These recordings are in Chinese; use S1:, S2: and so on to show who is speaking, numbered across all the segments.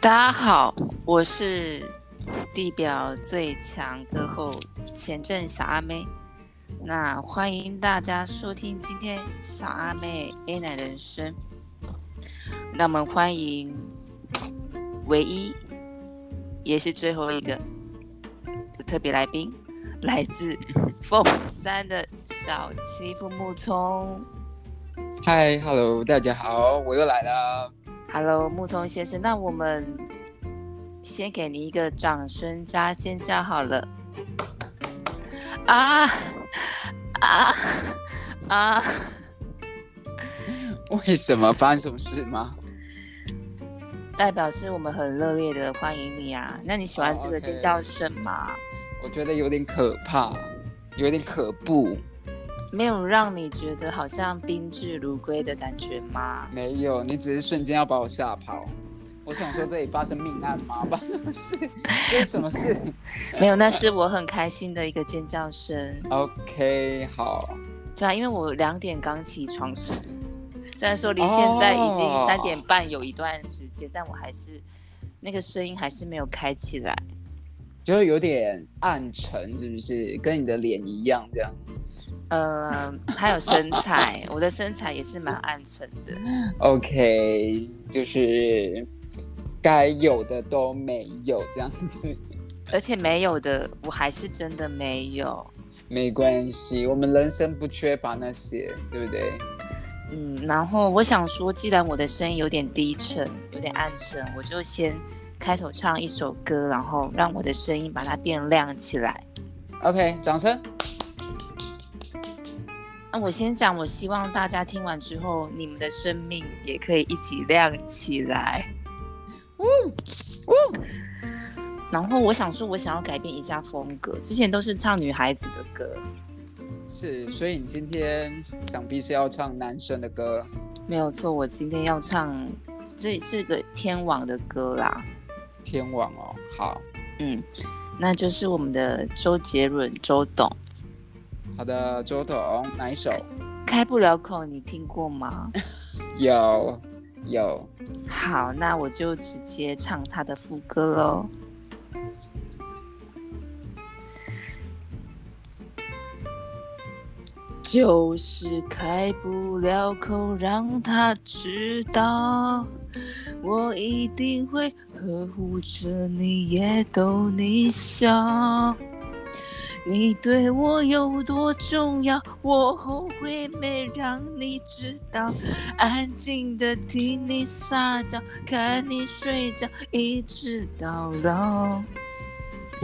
S1: 大家好，我是地表最强歌后贤正小阿妹。那欢迎大家收听今天小阿妹 A 奶人生。让我们欢迎唯一，也是最后一个特别来宾，来自凤山的小欺负木聪。
S2: 嗨，Hello，大家好，我又来了。
S1: Hello，木聪先生，那我们先给你一个掌声加尖叫好了。啊啊啊！
S2: 为什么发生什么事吗？
S1: 代表是我们很热烈的欢迎你啊！那你喜欢这
S2: 哦
S1: 个
S2: ，OK
S1: 尖叫声吗
S2: 我觉得有点可怕，有点可怖。
S1: 没有让你觉得好像宾至如归的感觉吗？
S2: 没有，你只是瞬间要把我吓跑。我想说这里发生命案吗？发生什么事？这是什么事
S1: 没有，那是我很开心的一个尖叫声，
S2: ？OK，好。
S1: 对啊，因为我两点刚起床睡，虽然说离现在已经
S2: 哦
S1: 三点半有一段时间，但我还是那个声音还是没有开起来。
S2: 就是有点暗沉，是不是？跟你的脸一样这样。
S1: 呃，还有身材，我的身材也是蛮暗沉的。
S2: OK，就是该有的都没有这样子。
S1: 而且没有的，我还是真的没有。
S2: 没关系，我们人生不缺乏那些，对不对？
S1: 嗯，然后我想说，既然我的声音有点低沉，有点暗沉，我就先开头唱一首歌，然后让我的声音把它变亮起来。
S2: OK，掌声。
S1: 那我先讲，我希望大家听完之后，你们的生命也可以一起亮起来。然后我想说，我想要改变一下风格，之前都是唱女孩子的歌，
S2: 是，所以你今天想必是要唱男生的歌。
S1: 没有错，我今天要唱，这是个天王的歌啦，
S2: 天王哦，好
S1: 嗯，那就是我们的周杰伦周董，
S2: 好的，周董哪一首？
S1: 开不了口，你听过吗？
S2: 有有，
S1: 好，那我就直接唱他的副歌喽。就是开不了口，让他知道，我一定会呵护着你，也逗你笑。你对我有多重要，我后悔没让你知道。安静的听你撒娇，看你睡觉，一直到老。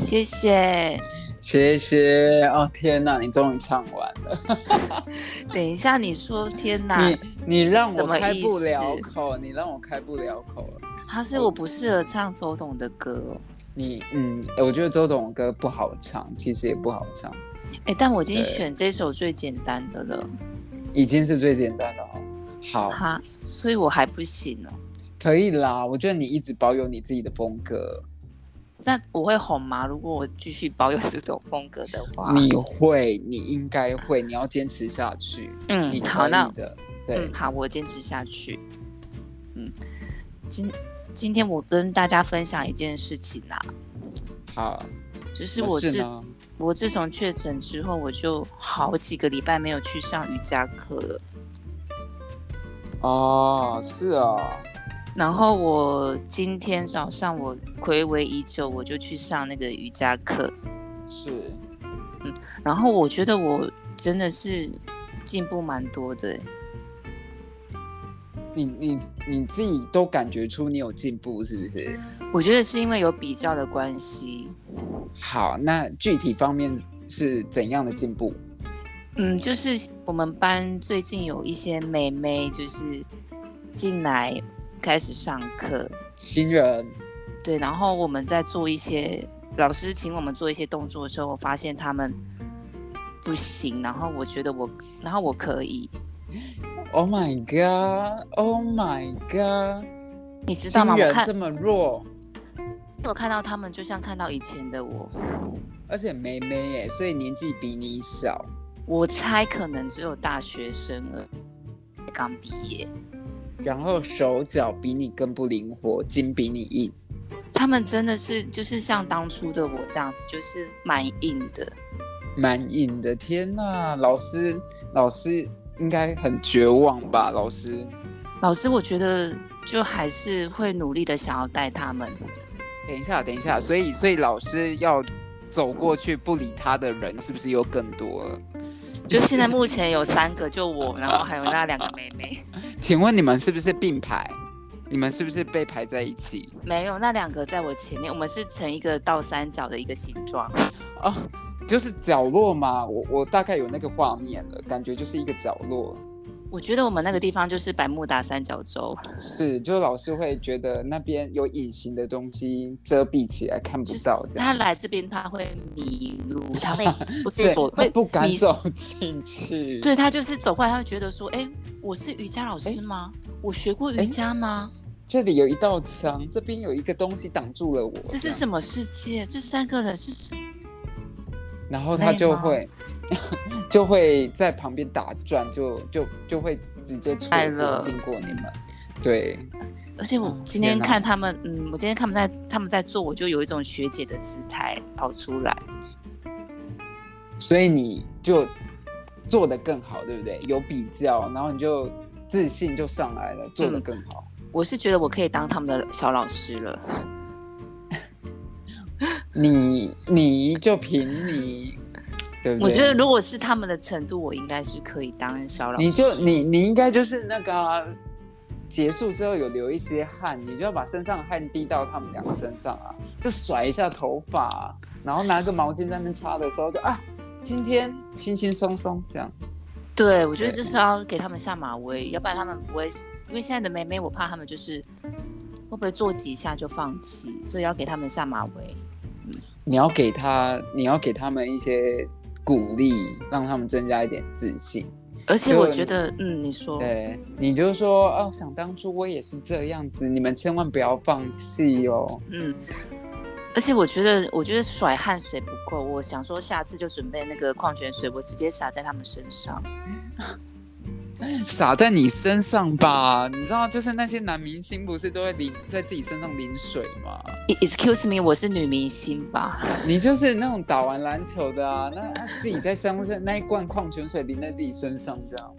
S1: 谢谢。
S2: 谢谢哦，天哪，你终于唱完了，
S1: 等一下，你说天哪，
S2: 你你让
S1: 什
S2: 我
S1: 么
S2: 开
S1: 意
S2: 不
S1: 思
S2: 了口，你让我开不了口了。
S1: 他是我不适合唱周董的歌哦、
S2: 你嗯，诶我觉得周董的歌不好唱，其实也不好唱，
S1: 哎，但我已经
S2: 对
S1: 选这首最简单的了，
S2: 已经是最简单的哦。好，
S1: 哈，所以我还不行哦。
S2: 可以啦，我觉得你一直保有你自己的风格，
S1: 那我会红吗？如果我继续保有这种风格的话，
S2: 你会，你应该会，你要坚持下去。
S1: 嗯，
S2: 你可
S1: 好，
S2: 以
S1: 那
S2: 的，对
S1: 嗯，，好，我坚持下去。嗯，今今天我跟大家分享一件事情啊，
S2: 好，
S1: 就是
S2: 什
S1: 我
S2: 么事
S1: 自
S2: 呢？
S1: 我自从确诊之后，我就好几个礼拜没有去上瑜伽课了。
S2: 哦，是哦，
S1: 然后我今天早上我暌违已久，我就去上那个瑜伽课。
S2: 是，
S1: 然后我觉得我真的是进步蛮多的欸，
S2: 你你你自己都感觉出你有进步，是不是？
S1: 我觉得是因为有比较的关系。
S2: 好，那具体方面是怎样的进步？
S1: 嗯，就是我们班最近有一些妹妹就是进来开始上课，
S2: 新人
S1: 对，然后我们在做一些老师请我们做一些动作的时候，我发现他们不行，然后我觉得我，然后我可以，
S2: ，Oh my god，Oh my god，
S1: 你知道
S2: 新
S1: 吗？我
S2: 人
S1: 看
S2: 这么弱，
S1: 我看到他们就像看到以前的我，
S2: 而且妹妹耶，所以年纪比你小，
S1: 我猜可能只有大学生了，刚毕业，
S2: 然后手脚比你更不灵活，筋比你硬，
S1: 他们真的是就是像当初的我这样子，就是蛮硬的。
S2: 蛮硬的，天呐，老师老师应该很绝望吧？老师
S1: 老师，我觉得就还是会努力的想要带他们。
S2: 等一下，等一下，所以所以老师要走过去不理他的人是不是又更多了？
S1: 就现在目前有三个，就我，然后还有那两个妹妹。
S2: 请问你们是不是并排？你们是不是被排在一起？
S1: 没有，那两个在我前面，我们是成一个倒三角的一个形状。
S2: 哦，就是角落嘛，我我大概有那个画面了，感觉就是一个角落。
S1: 我觉得我们那个地方就是百慕达三角洲，
S2: 是，就是老师会觉得那边有隐形的东西遮蔽起来，看不到这
S1: 他
S2: 样。
S1: 来这边他会迷路，他 会不知
S2: 对
S1: 所，
S2: 他
S1: 会
S2: 不敢
S1: 迷失
S2: 走进去。
S1: 对他就是走过来，他会觉得说：“哎、我是瑜伽老师吗？我学过瑜伽吗？
S2: 这里有一道墙，这边有一个东西挡住了我。
S1: 这是
S2: 样
S1: 什么世界？这三个人是什
S2: 然后他
S1: 累
S2: 就
S1: 吗
S2: 会 就会在旁边打转，就就就会直接错
S1: 快
S2: 过
S1: 乐
S2: 经过你们。对，
S1: 而且我
S2: 嗯
S1: 今哦天
S2: 天哪
S1: 看他们，嗯，我今天看他们在他们在做，我就有一种学姐的姿态跑出来。
S2: 所以你就做得更好，对不对？有比较，然后你就自信就上来了，做得更好。
S1: 我是觉得我可以当他们的小老师了。嗯
S2: 你你就凭你，对不
S1: 我
S2: 对？
S1: 觉得如果是他们的程度，我应该是可以当小老师。
S2: 你就你你应该就是那个啊、结束之后有流一些汗，你就要把身上的汗滴到他们两个身上啊，就甩一下头发啊、然后拿个毛巾在那边擦的时候就啊，今天轻轻松松这样。
S1: 对，我觉得
S2: 对
S1: 就是要给他们下马威，要不然他们不会。因为现在的妹妹，我怕他们就是会不会做几下就放弃，所以要给他们下马威。
S2: 你要给他，你要给他们一些鼓励，让他们增加一点自信。
S1: 而且
S2: 就
S1: 我觉得，嗯，你说，
S2: 对，你就说哦，想当初我也是这样子，你们千万不要放弃哦。
S1: 嗯，而且我觉得，我觉得甩汗水不够，我想说下次就准备那个矿泉水，我直接洒在他们身上。
S2: 洒在你身上吧，你知道，就是那些男明星不是都会淋在自己身上淋水吗？
S1: E- Excuse me，我是女明星吧？
S2: 你就是那种打完篮球的啊，那那自己在身上那一罐矿泉水淋在自己身上这样。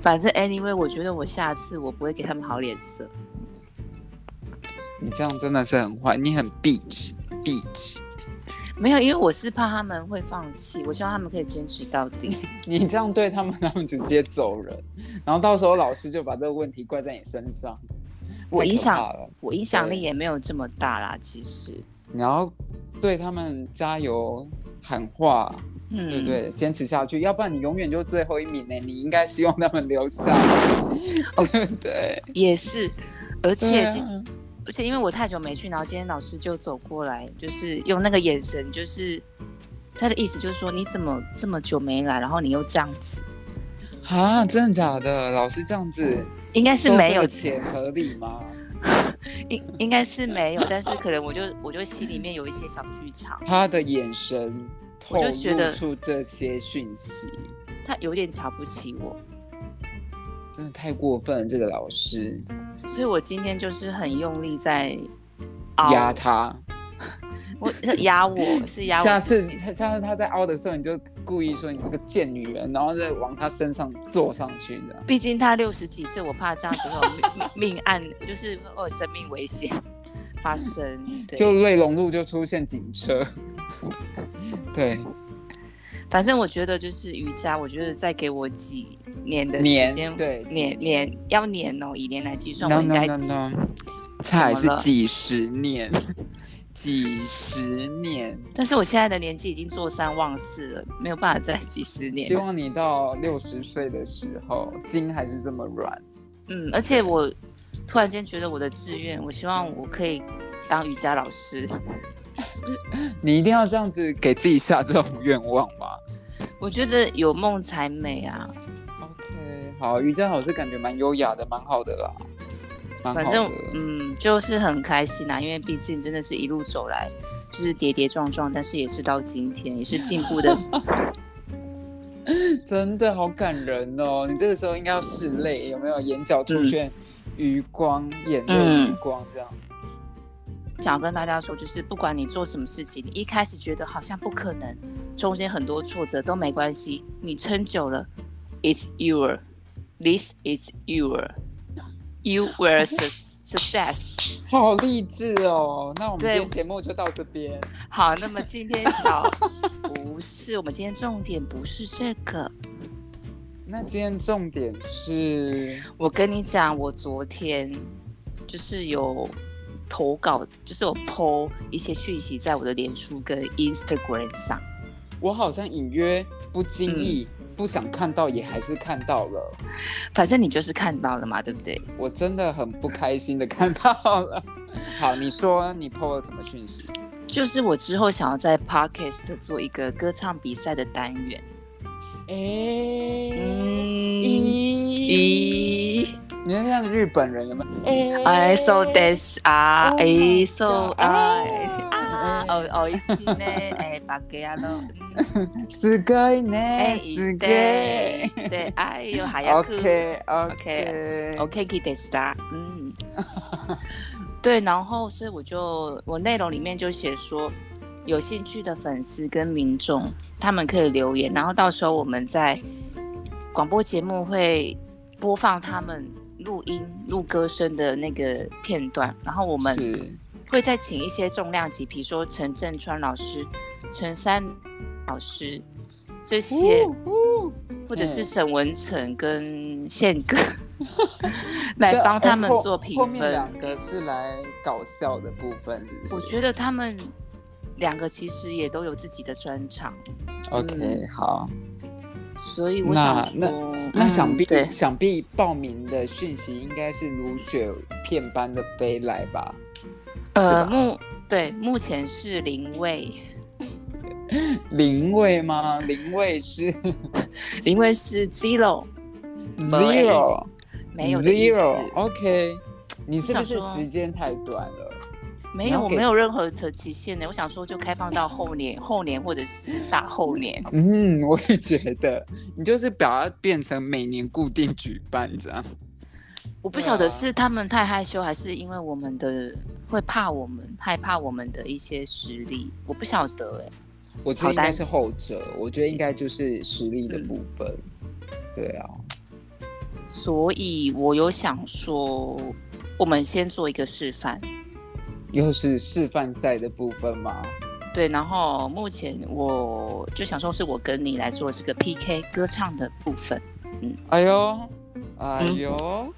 S1: 反正 anyway，我觉得我下次我不会给他们好脸色。
S2: 你这样真的是很坏，你很 bitch bitch，
S1: 没有，因为我是怕他们会放弃，我希望他们可以坚持到 底。
S2: 你这样对他们，他们直接走人，然后到时候老师就把这个问题怪在你身上，
S1: 我
S2: 太
S1: 一
S2: 可
S1: 想
S2: 怕了，
S1: 我影响
S2: 对
S1: 力也没有这么大啦，其实，
S2: 你要对他们加油喊话，
S1: 嗯，
S2: 对不。对？坚持下去，要不然你永远就最后一名呢。你应该希望他们留 下来，对不对？
S1: 也是，而
S2: 对
S1: 且
S2: 啊
S1: 今、而且因为我太久没去，然后今天老师就走过来，就是用那个眼神，就是他的意思就是说你怎么这么久没来，然后你又这样子，
S2: 啊，真的假的？老师这样子
S1: 应该是
S2: 收
S1: 没
S2: 这
S1: 有
S2: 个，钱合理吗？
S1: 应应该是没有，但是可能我就我就心里面有一些小剧场，
S2: 他的眼神透
S1: 我就觉
S2: 露
S1: 得
S2: 出这些讯息，
S1: 他有点瞧不起我，
S2: 真的太过分了。这个老师
S1: 所以我今天就是很用力在凹
S2: 压他，
S1: 我 压我是压我自己，
S2: 下次他下次他在凹的时候，你就故意说你这个贱女人，然后再往他身上坐上去这样。
S1: 毕竟他六十几岁，我怕这样子会有命命案，就是会有生命危险发生。
S2: 就
S1: 对，
S2: 瑞龙路就出现警车， 对，
S1: 反正我觉得就是瑜伽，我觉得再给我几年的时
S2: 年
S1: 间，
S2: 对
S1: 年年要年哦，以年来计算，
S2: No
S1: 我应
S2: no
S1: 该
S2: no no，才是
S1: 怎么了
S2: 几十年，几十年。
S1: 但是我现在的年纪已经坐三望四了，没有办法再几十年
S2: 希。望你到六十岁的时候，筋还是这么软。
S1: 嗯，而且我突然间觉得我的志愿，我希望我可以当瑜伽老师。
S2: 你一定要这样子给自己下这种愿望吧。
S1: 我觉得有梦才美啊。
S2: OK，好，瑜伽老师感觉蛮优雅的，蛮好的啦，蛮
S1: 反
S2: 好
S1: 正
S2: 的。
S1: 嗯，就是很开心啦、因为毕竟真的是一路走来，就是跌跌撞撞，但是也是到今天，也是进 步的。
S2: 真的好感人哦！你这个时候应该要拭泪，有没有？眼角出现余光，眼泪余
S1: 嗯
S2: 光这样。
S1: 想要跟大家说，就是不管你做什么事情，你一开始觉得好像不可能，中间很多挫折都没关系，你撑久了，it's your, this is your, you will su- success。
S2: 好励志哦！那我们
S1: 对
S2: 今天节目就到这边。
S1: 好，那么今天小 不是我们今天重点不是这个，
S2: 那今天重点是，
S1: 我跟你讲，我昨天就是有投稿，就是有 PO 一些讯息在我的脸书跟 Instagram 上。
S2: 我好像隐约不经意、不想看到，也还是看到了。
S1: 反正你就是看到了嘛，对不对？
S2: 我真的很不开心的看到了。好，你说你 PO 了什么讯息？
S1: 就是我之后想要在 Podcast 做一个歌唱比赛的单元。
S2: 哎、
S1: 嗯，
S2: 咦、
S1: 咦，
S2: 你看像日本人有没有？
S1: 哎，so this 啊，
S2: Oh my
S1: 哎，so
S2: god
S1: 啊
S2: 啊
S1: 啊，哦哦，一起呢，哎，把给啊 喽，
S2: すごい
S1: 哎，
S2: ね、す
S1: い
S2: ご
S1: で
S2: い。
S1: 对，哎呦，还要哭。
S2: OK OK
S1: OK，可以得答。嗯， 对，然后所以我就我内容里面就写说，有兴趣的粉丝跟民众他们可以留言，然后到时候我们在广播节目会播放他们录音录歌声的那个片段，然后我们
S2: 是
S1: 会再请一些重量级，比如说陈振川老师、陈珊老师这些，
S2: 哦
S1: 或者是
S2: 嗯
S1: 沈文成跟宪 哥来帮他们
S2: 这哎后
S1: 做评
S2: 后面
S1: 分。
S2: 两个是来搞笑的部分，是不是？
S1: 我觉得他们两个其实也都有自己的专长，
S2: OK 好，
S1: 所以我
S2: 那
S1: 想说，
S2: 那
S1: 嗯
S2: 想必
S1: 对
S2: 想必报名的讯息应该是如雪片般的飞来吧？是
S1: 呃
S2: 吧
S1: 目对目前是零位，
S2: 零位吗？零 位是
S1: 零位是 zero，
S2: zero
S1: 没有的意思
S2: zero OK，你是不是
S1: 我想说
S2: 时间太短了？
S1: 没
S2: 你
S1: 有
S2: 要
S1: 我
S2: 给
S1: 没有任何的期限呢。我想说就开放到后年，后年或者是大后年。
S2: 嗯，我也觉得，你就是把它变成每年固定举办这样。
S1: 我不
S2: 对
S1: 晓得
S2: 啊
S1: 是他们太害羞，还是因为我们的会怕我们害怕我们的一些实力，我不晓得哎、
S2: 我觉
S1: 好
S2: 得应该
S1: 担
S2: 是
S1: 心
S2: 后者，我觉得应该就是实力的
S1: 嗯
S2: 部分。对啊，
S1: 所以我有想说，我们先做一个示范，
S2: 又是示范赛的部分吗？
S1: 对。然后目前我就想说，是我跟你来做这个 PK 歌唱的部分，
S2: 哎呦，哎呦，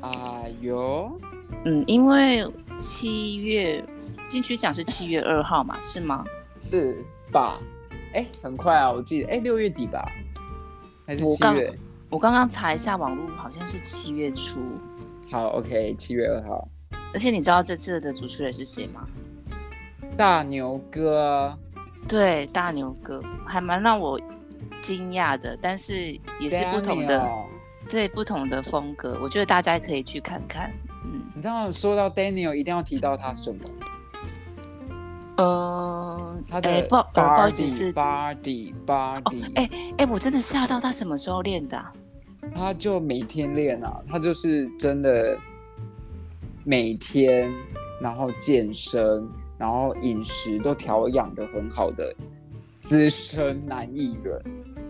S2: 哎呦，
S1: 嗯，因为七月金曲奖是七月二号嘛，是吗？
S2: 是吧？哎、很快啊，我记得，哎、六月底吧，还是
S1: 我
S2: 七
S1: 刚
S2: 月？
S1: 我刚刚查一下网络，好像是七月初，
S2: 好，OK，七月二号，
S1: 而且你知道这次的主持人是谁吗？
S2: 大牛哥，
S1: 对，大牛哥还蛮让我惊讶的，但是也是不同的，
S2: Daniel
S1: 对不同的风格，我觉得大家可以去看看。嗯，
S2: 你知道说到 Daniel 一定要提到他什么？
S1: 呃，
S2: 他
S1: 哎
S2: 的
S1: 不呃不好意
S2: body
S1: 思是，
S2: body
S1: 哦
S2: body，，
S1: 哎哎，我真的吓到他什么时候练的啊、
S2: 他就每天练啊，他就是真的每天，然后健身，然后饮食都调养的很好的资深男艺人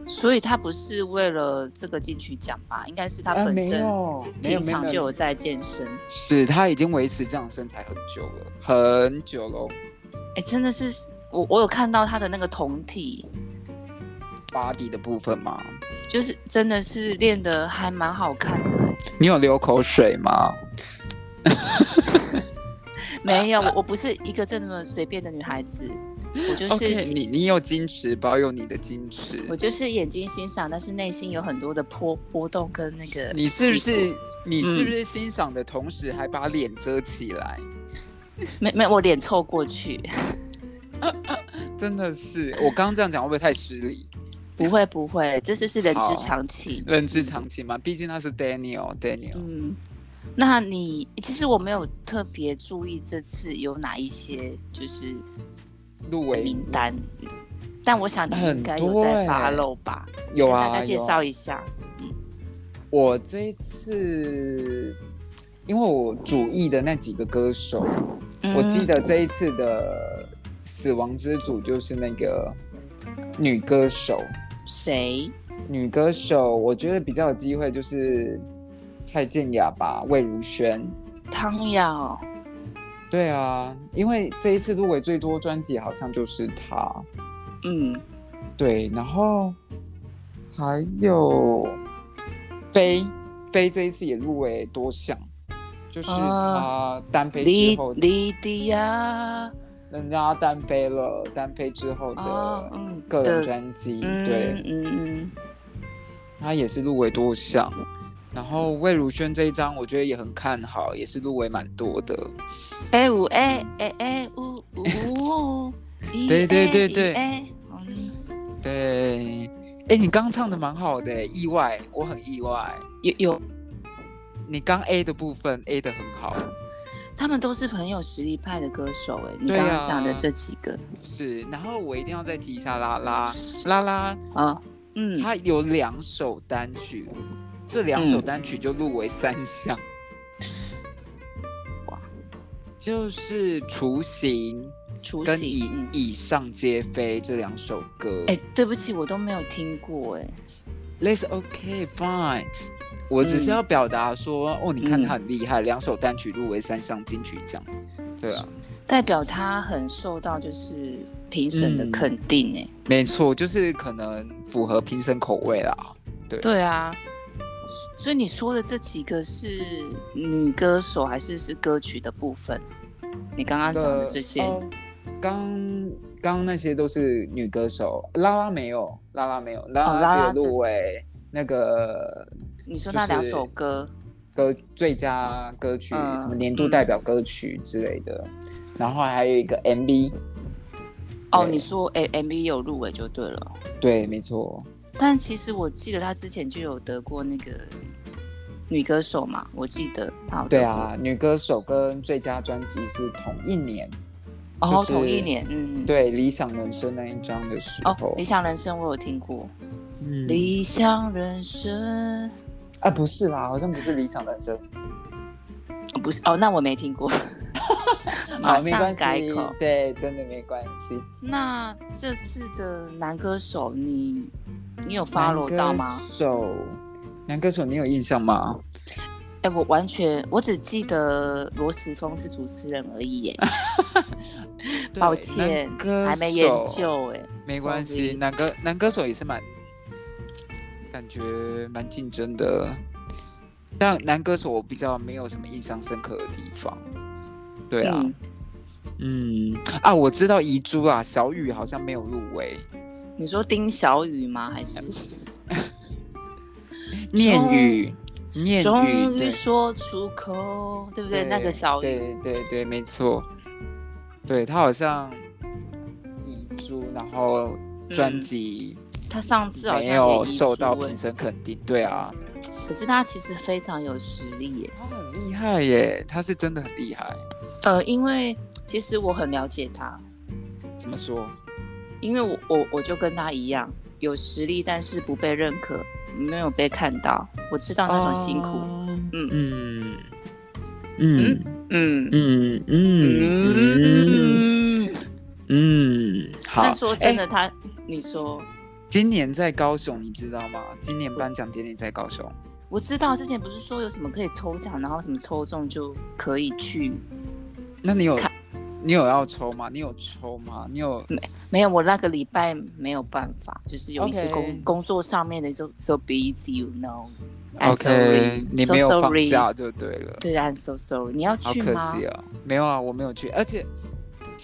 S1: 所以他不是为了这个进去奖吧？应该是他本
S2: 呃没
S1: 身
S2: 有啊没有
S1: 平
S2: 没有
S1: 常
S2: 没
S1: 就
S2: 有
S1: 有在健身。
S2: 是他已经维持这样的身材很久了，很久喽。
S1: 哎，真的是我我有看到他的那个酮体，
S2: body 的部分吗？
S1: 就是真的是练得还蛮好看的哎。
S2: 你有流口水吗？
S1: 没有，我我不是一个这么随便的女孩子，我就
S2: o
S1: 是
S2: k 你你有矜持，保有你的矜持。
S1: 我就是眼睛欣赏，但是内心有很多的波波动跟那个。
S2: 你是不是？你是不
S1: 嗯
S2: 是欣赏的同时还把脸遮起来？
S1: 没没？我脸凑过去，
S2: 真的是，我刚刚这样讲会不会太失礼？
S1: 不会不会，这就是人之
S2: 好
S1: 常情。
S2: 人之常情嘛，毕竟他是 Daniel，Daniel
S1: 嗯，那你其实我没有特别注意这次有哪一些就是嗯
S2: 入围
S1: 名单，但我想你应该有
S2: 很多
S1: 在
S2: 欸
S1: 发漏吧？
S2: 有
S1: 跟大
S2: 啊
S1: 家介
S2: 有
S1: 绍
S2: 啊。
S1: 一下。
S2: 我这一次，因为我主意的那几个歌手，
S1: 嗯
S2: 我记得这一次的死亡之主就是那个女歌手，
S1: 谁？
S2: 女歌手我觉得比较有机会就是蔡健雅吧，魏如萱。
S1: 汤雅哦，
S2: 对啊，因为这一次入围最多专辑好像就是她。
S1: 嗯，
S2: 对，然后还有飞飞这一次也入围多项，就是
S1: 啊
S2: 她单飞
S1: 莉
S2: 之后，
S1: 莉迪亚，
S2: 人家单飞了，单飞之后
S1: 哦
S2: 的
S1: 嗯
S2: 个人
S1: 的
S2: 专辑，
S1: 嗯
S2: 对。
S1: 嗯嗯
S2: 他也是入围多项。然后魏如萱这一张，我觉得也很看好，也是入围蛮多的。
S1: 嗯，哎五哎哎哎五五 五，一
S2: 对对
S1: 哎
S2: 对
S1: 一
S2: 对
S1: 哎嗯
S2: 对，哎，你刚唱的蛮好的，意外，我很意外。
S1: 有有，
S2: 你刚 A 的部分 A 的很好，
S1: 他们都是很有实力派的歌手哎，你
S2: 对
S1: 刚
S2: 啊
S1: 刚讲的这几个
S2: 是。然后我一定要再提一下拉拉，拉拉，
S1: 啊，嗯，
S2: 她有两首单曲，这两首单曲就入围三项。
S1: 哇
S2: 就是《雏形》
S1: 雏
S2: 跟《
S1: 形
S2: 以，
S1: 嗯
S2: 以上皆非》这两首歌。
S1: 哎，对不起，我都没有听过哎，
S2: Let's okay, fine。我只
S1: 嗯
S2: 是要表达说，哦，你看他很厉害，两首单曲入围三项金曲奖。对啊，
S1: 代表他很受到就是评审的
S2: 嗯
S1: 肯定哎，
S2: 没错，就是可能符合评审口味啦。
S1: 对啊。所以你说的这几个是女歌手还是是歌曲的部分？你刚刚讲的这些，
S2: 呃刚刚那些都是女歌手，拉拉没有，拉拉没有，拉
S1: 哦拉
S2: 拉
S1: 拉
S2: 只有入围那个
S1: 你说
S2: 就
S1: 那两
S2: 是
S1: 首歌，
S2: 歌最佳歌曲、
S1: 嗯
S2: 什么年度代表歌曲之类的，然后还有一个 MV。
S1: 哦，
S2: 对
S1: 你说 M M V 有入围就对了。
S2: 对，没错，
S1: 但其实我记得他之前就有得过那个女歌手嘛，我记得他有得
S2: 对啊，女歌手跟最佳专辑是同一年。
S1: 过，
S2: 就
S1: 哦，
S2: 是
S1: 同一年，嗯，嗯，
S2: 对《理想人生》那一章的时
S1: 哦
S2: 候，，
S1: 理想人生我有听过，
S2: 嗯
S1: 理想人生，
S2: 啊不是啦，好像不是《理想人生
S1: 哦不是哦，那我没听 过，》，马
S2: 好，没
S1: 上
S2: 关系
S1: 改口，。
S2: 对，真的没关系。
S1: 那这次的男歌手你你有
S2: 男
S1: follow 到
S2: 歌
S1: 吗？
S2: 手，男歌手，你有印象吗？
S1: 哎、我完全我只记得罗时丰是主持人而已耶， 抱歉
S2: 男，歌手
S1: 还没研，究哎，
S2: 没关系。
S1: sorry
S2: 男歌男歌手也是蛮，感觉蛮竞争的。像男歌手，我比较没有什么印象深刻的地方。对啊，
S1: 嗯
S2: 嗯啊，我知道遗珠啊，小雨好像没有入围。
S1: 你说丁小雨吗？还
S2: 呃
S1: 是
S2: 念语，念
S1: 终
S2: 语，
S1: 于
S2: 对
S1: 说出口，对不对？那个小雨，
S2: 对对对，没错，对他好像遗珠，然后专辑
S1: 他上次嗯好像
S2: 没
S1: 也
S2: 有
S1: 遗珠
S2: 受到
S1: 欸
S2: 评审肯定，对啊，
S1: 可是他其实非常有实力耶。
S2: 他很厉害耶，他是真的很厉害，
S1: 呃，因为其实我很了解他，
S2: 怎么说？
S1: 啊因为我我我就跟他一样有实力，但是不被认可，没有被看到，我知道那种辛苦。
S2: 嗯
S1: 嗯
S2: 啊嗯嗯
S1: 嗯
S2: 嗯嗯嗯
S1: 嗯，
S2: 嗯，好
S1: 但。说真的，他你说。
S2: 今年在高雄，你知道吗？今年颁奖典礼在高雄。
S1: 我知道之前不是说有什么可以抽奖，然后什么抽中就可以去
S2: 那你有
S1: 看
S2: 你有要抽吗？你有抽吗？你有
S1: 没有，我那个礼拜没有办法，就是有一些
S2: OK
S1: 工工作上面的就 so busy，you know。
S2: OK？你没有放
S1: sorry
S2: 假就对了，
S1: 对，I'm so sorry。你要
S2: 好
S1: 去
S2: 可
S1: 吗？
S2: 惜哦。没有啊，我没有去，而且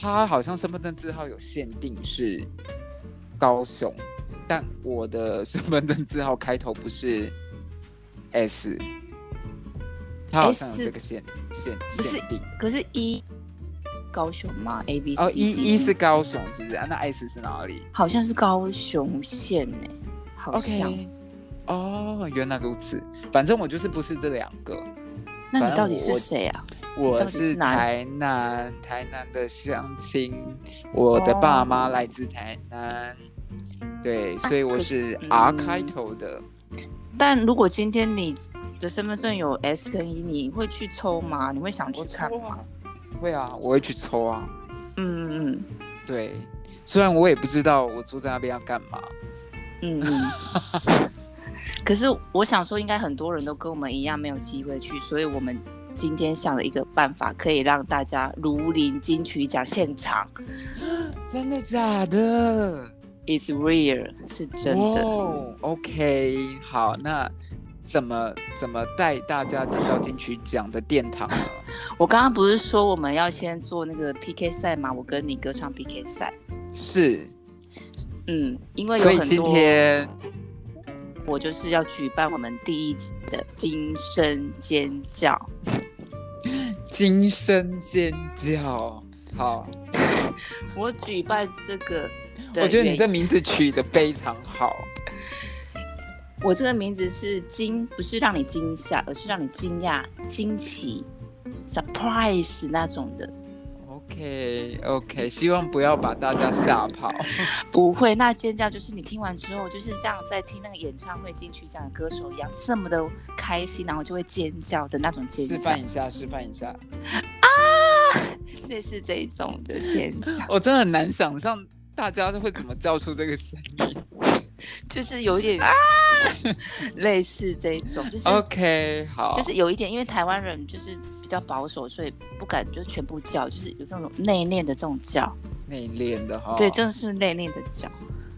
S2: 他好像身份证字号有限定是高雄，但我的 身份证字号开头不是 S，他好像有
S1: S
S2: 这个限限
S1: 不是
S2: 限定。
S1: 可是一高雄吗？A B E C
S2: 哦，一一
S1: D
S2: 是高雄，是不是？啊、那 S 是哪里
S1: 好像是高雄县呢、好像。
S2: ？OK。哦，原来如此。反正我就是不是这两个。
S1: 那
S2: 反
S1: 你
S2: 正
S1: 到底
S2: 我
S1: 是
S2: 我
S1: 谁啊？
S2: 我
S1: 到底
S2: 是
S1: 是哪
S2: 台南，台南的乡亲，我的爸妈来自台南，对，所以我是
S1: 哦啊可是
S2: R
S1: 嗯
S2: 开头的。
S1: 但如果今天你的身份证有 S 跟 E，你会去抽吗？你会想去
S2: 我
S1: 看
S2: 抽
S1: 吗？
S2: 啊，会啊，我会去抽啊。
S1: 嗯嗯
S2: 对，虽然我也不知道我住在那边要干嘛。
S1: 嗯嗯。 可是我想说，应该很多人都跟我们一样没有机会去，所以我们今天想了一个办法，可以让大家如临金曲奖现场。
S2: 真的假的？
S1: It's real，是真的。
S2: 哦 OK，好，那怎么怎么带大家进到金曲奖的殿堂呢？
S1: 我刚刚不是说我们要先做那个 PK 赛吗？我跟你歌唱 PK 赛。
S2: 是，
S1: 嗯，因为有
S2: 所以
S1: 很
S2: 今
S1: 多，
S2: 天
S1: 我就是要举办我们第一季的惊声尖叫。
S2: 惊声尖叫。好，
S1: 我举办这个的原因，
S2: 我觉得你这名字取得非常好。
S1: 我这个名字是惊，不是让你惊吓，而是让你惊讶、惊奇、surprise 那种的。
S2: OK OK，希望不要把大家吓跑。
S1: 不会，那尖叫就是你听完之后，就是像在听那个演唱会金曲奖的歌手一样，这么的开心，然后就会尖叫的那种
S2: 示
S1: 尖叫
S2: 范，一下，示范一下。
S1: 类似这一种的尖 叫，
S2: 我真的很难想象大家会怎么叫出这个声 音。
S1: 就是有一点
S2: 啊
S1: 类似这一种，就是
S2: 哦 OK，好，
S1: 就是有一点，因为台湾人就是比较保守，所以不敢就全部叫，就是有这种内敛的这种叫，
S2: 内敛的哈。
S1: 对，真的是内敛的叫。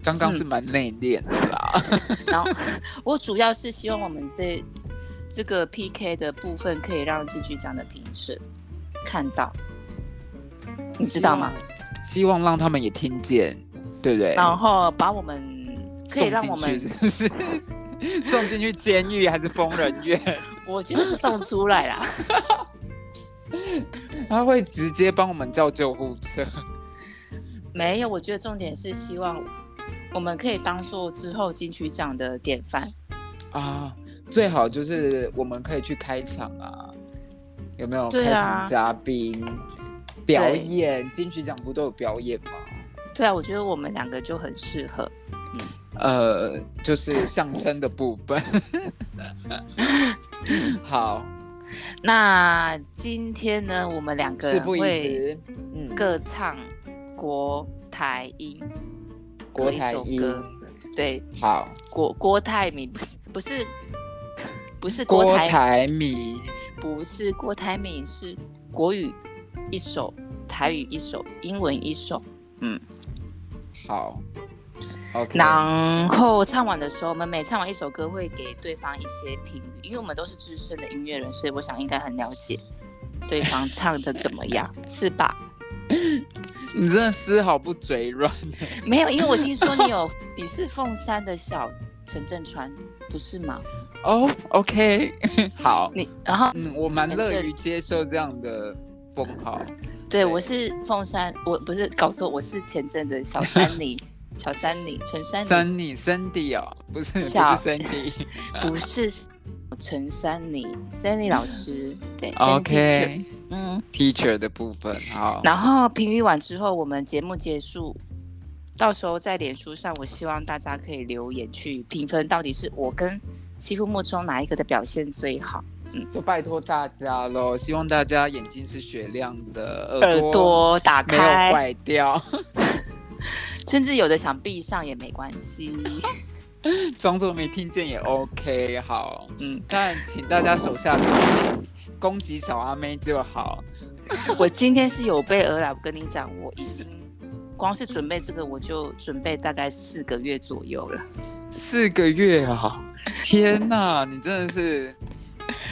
S2: 刚刚是蛮内敛的啦。
S1: 然 后我主要是希望我们这这个 PK 的部分可以让金曲奖的评审看到，你知道吗？
S2: 希望让他们也听见，对不对？
S1: 然后把我们可以
S2: 送
S1: 让我
S2: 进
S1: 们
S2: 去，是不 是送进去监狱还是疯人院？
S1: 我觉得是送出来啦。
S2: 他会直接帮我们叫救护车。
S1: 没有，我觉得重点是希望我们可以当做之后金曲奖的典范。
S2: 啊，最好就是我们可以去开场啊，有没有？
S1: 对
S2: 开
S1: 啊
S2: 场嘉宾、表演，金曲奖不都有表演吗？
S1: 对啊，我觉得我们两个就很适合。
S2: 呃，就是相声的部分。 好，
S1: 那今天呢，我们两个
S2: 事不宜
S1: 会
S2: 迟，嗯，
S1: 各唱国台音，
S2: 国台
S1: 各一
S2: 音
S1: 首歌对，
S2: 好，
S1: 郭郭台铭不是不是不是
S2: 郭
S1: 郭台
S2: 台铭，
S1: 不是郭台铭是国语一首，台语一首，英文一首。
S2: 好，OK，
S1: 然后唱完的时候，我们每唱完一首歌会给对方一些评语，因为我们都是资深的音乐人，所以我想应该很了解对方唱的怎么 样，是吧？
S2: 你真的丝毫不嘴软，
S1: 没有，因为我听说你有 你是凤山的小陈振川，不是吗？
S2: 哦，OK，好，
S1: 你然后
S2: 嗯，我蛮
S1: 很
S2: 乐
S1: 正
S2: 于接受这样的封号。
S1: 对，
S2: 对
S1: 我是凤山，我不是搞错，我是前阵的小三 里，小三里，陈三里，
S2: 三你 Cindy 哦， 不是不是
S1: 小
S2: Cindy
S1: 不是陈三里，三里老师，对 Sandy Chu，
S2: ，OK
S1: 嗯，
S2: teacher 的部分，好，
S1: 然后评语完之后，我们节目结束，到时候在脸书上，我希望大家可以留言去评分，到底是我跟欺负莫中哪一个的表现最好，
S2: 就拜托大家喽，希望大家眼睛是雪亮的，
S1: 耳朵打
S2: 没有
S1: 开，
S2: 坏掉，
S1: 甚至有的想闭上也没关系，
S2: 装作没听见也 OK，好，
S1: 嗯。
S2: 但请大家手下留情，攻击小阿妹就好。
S1: 我今天是有备而来，我跟你讲，我已经光是准备这个，我就准备大概四个月左右了。
S2: 四个月啊！天哪，你真的是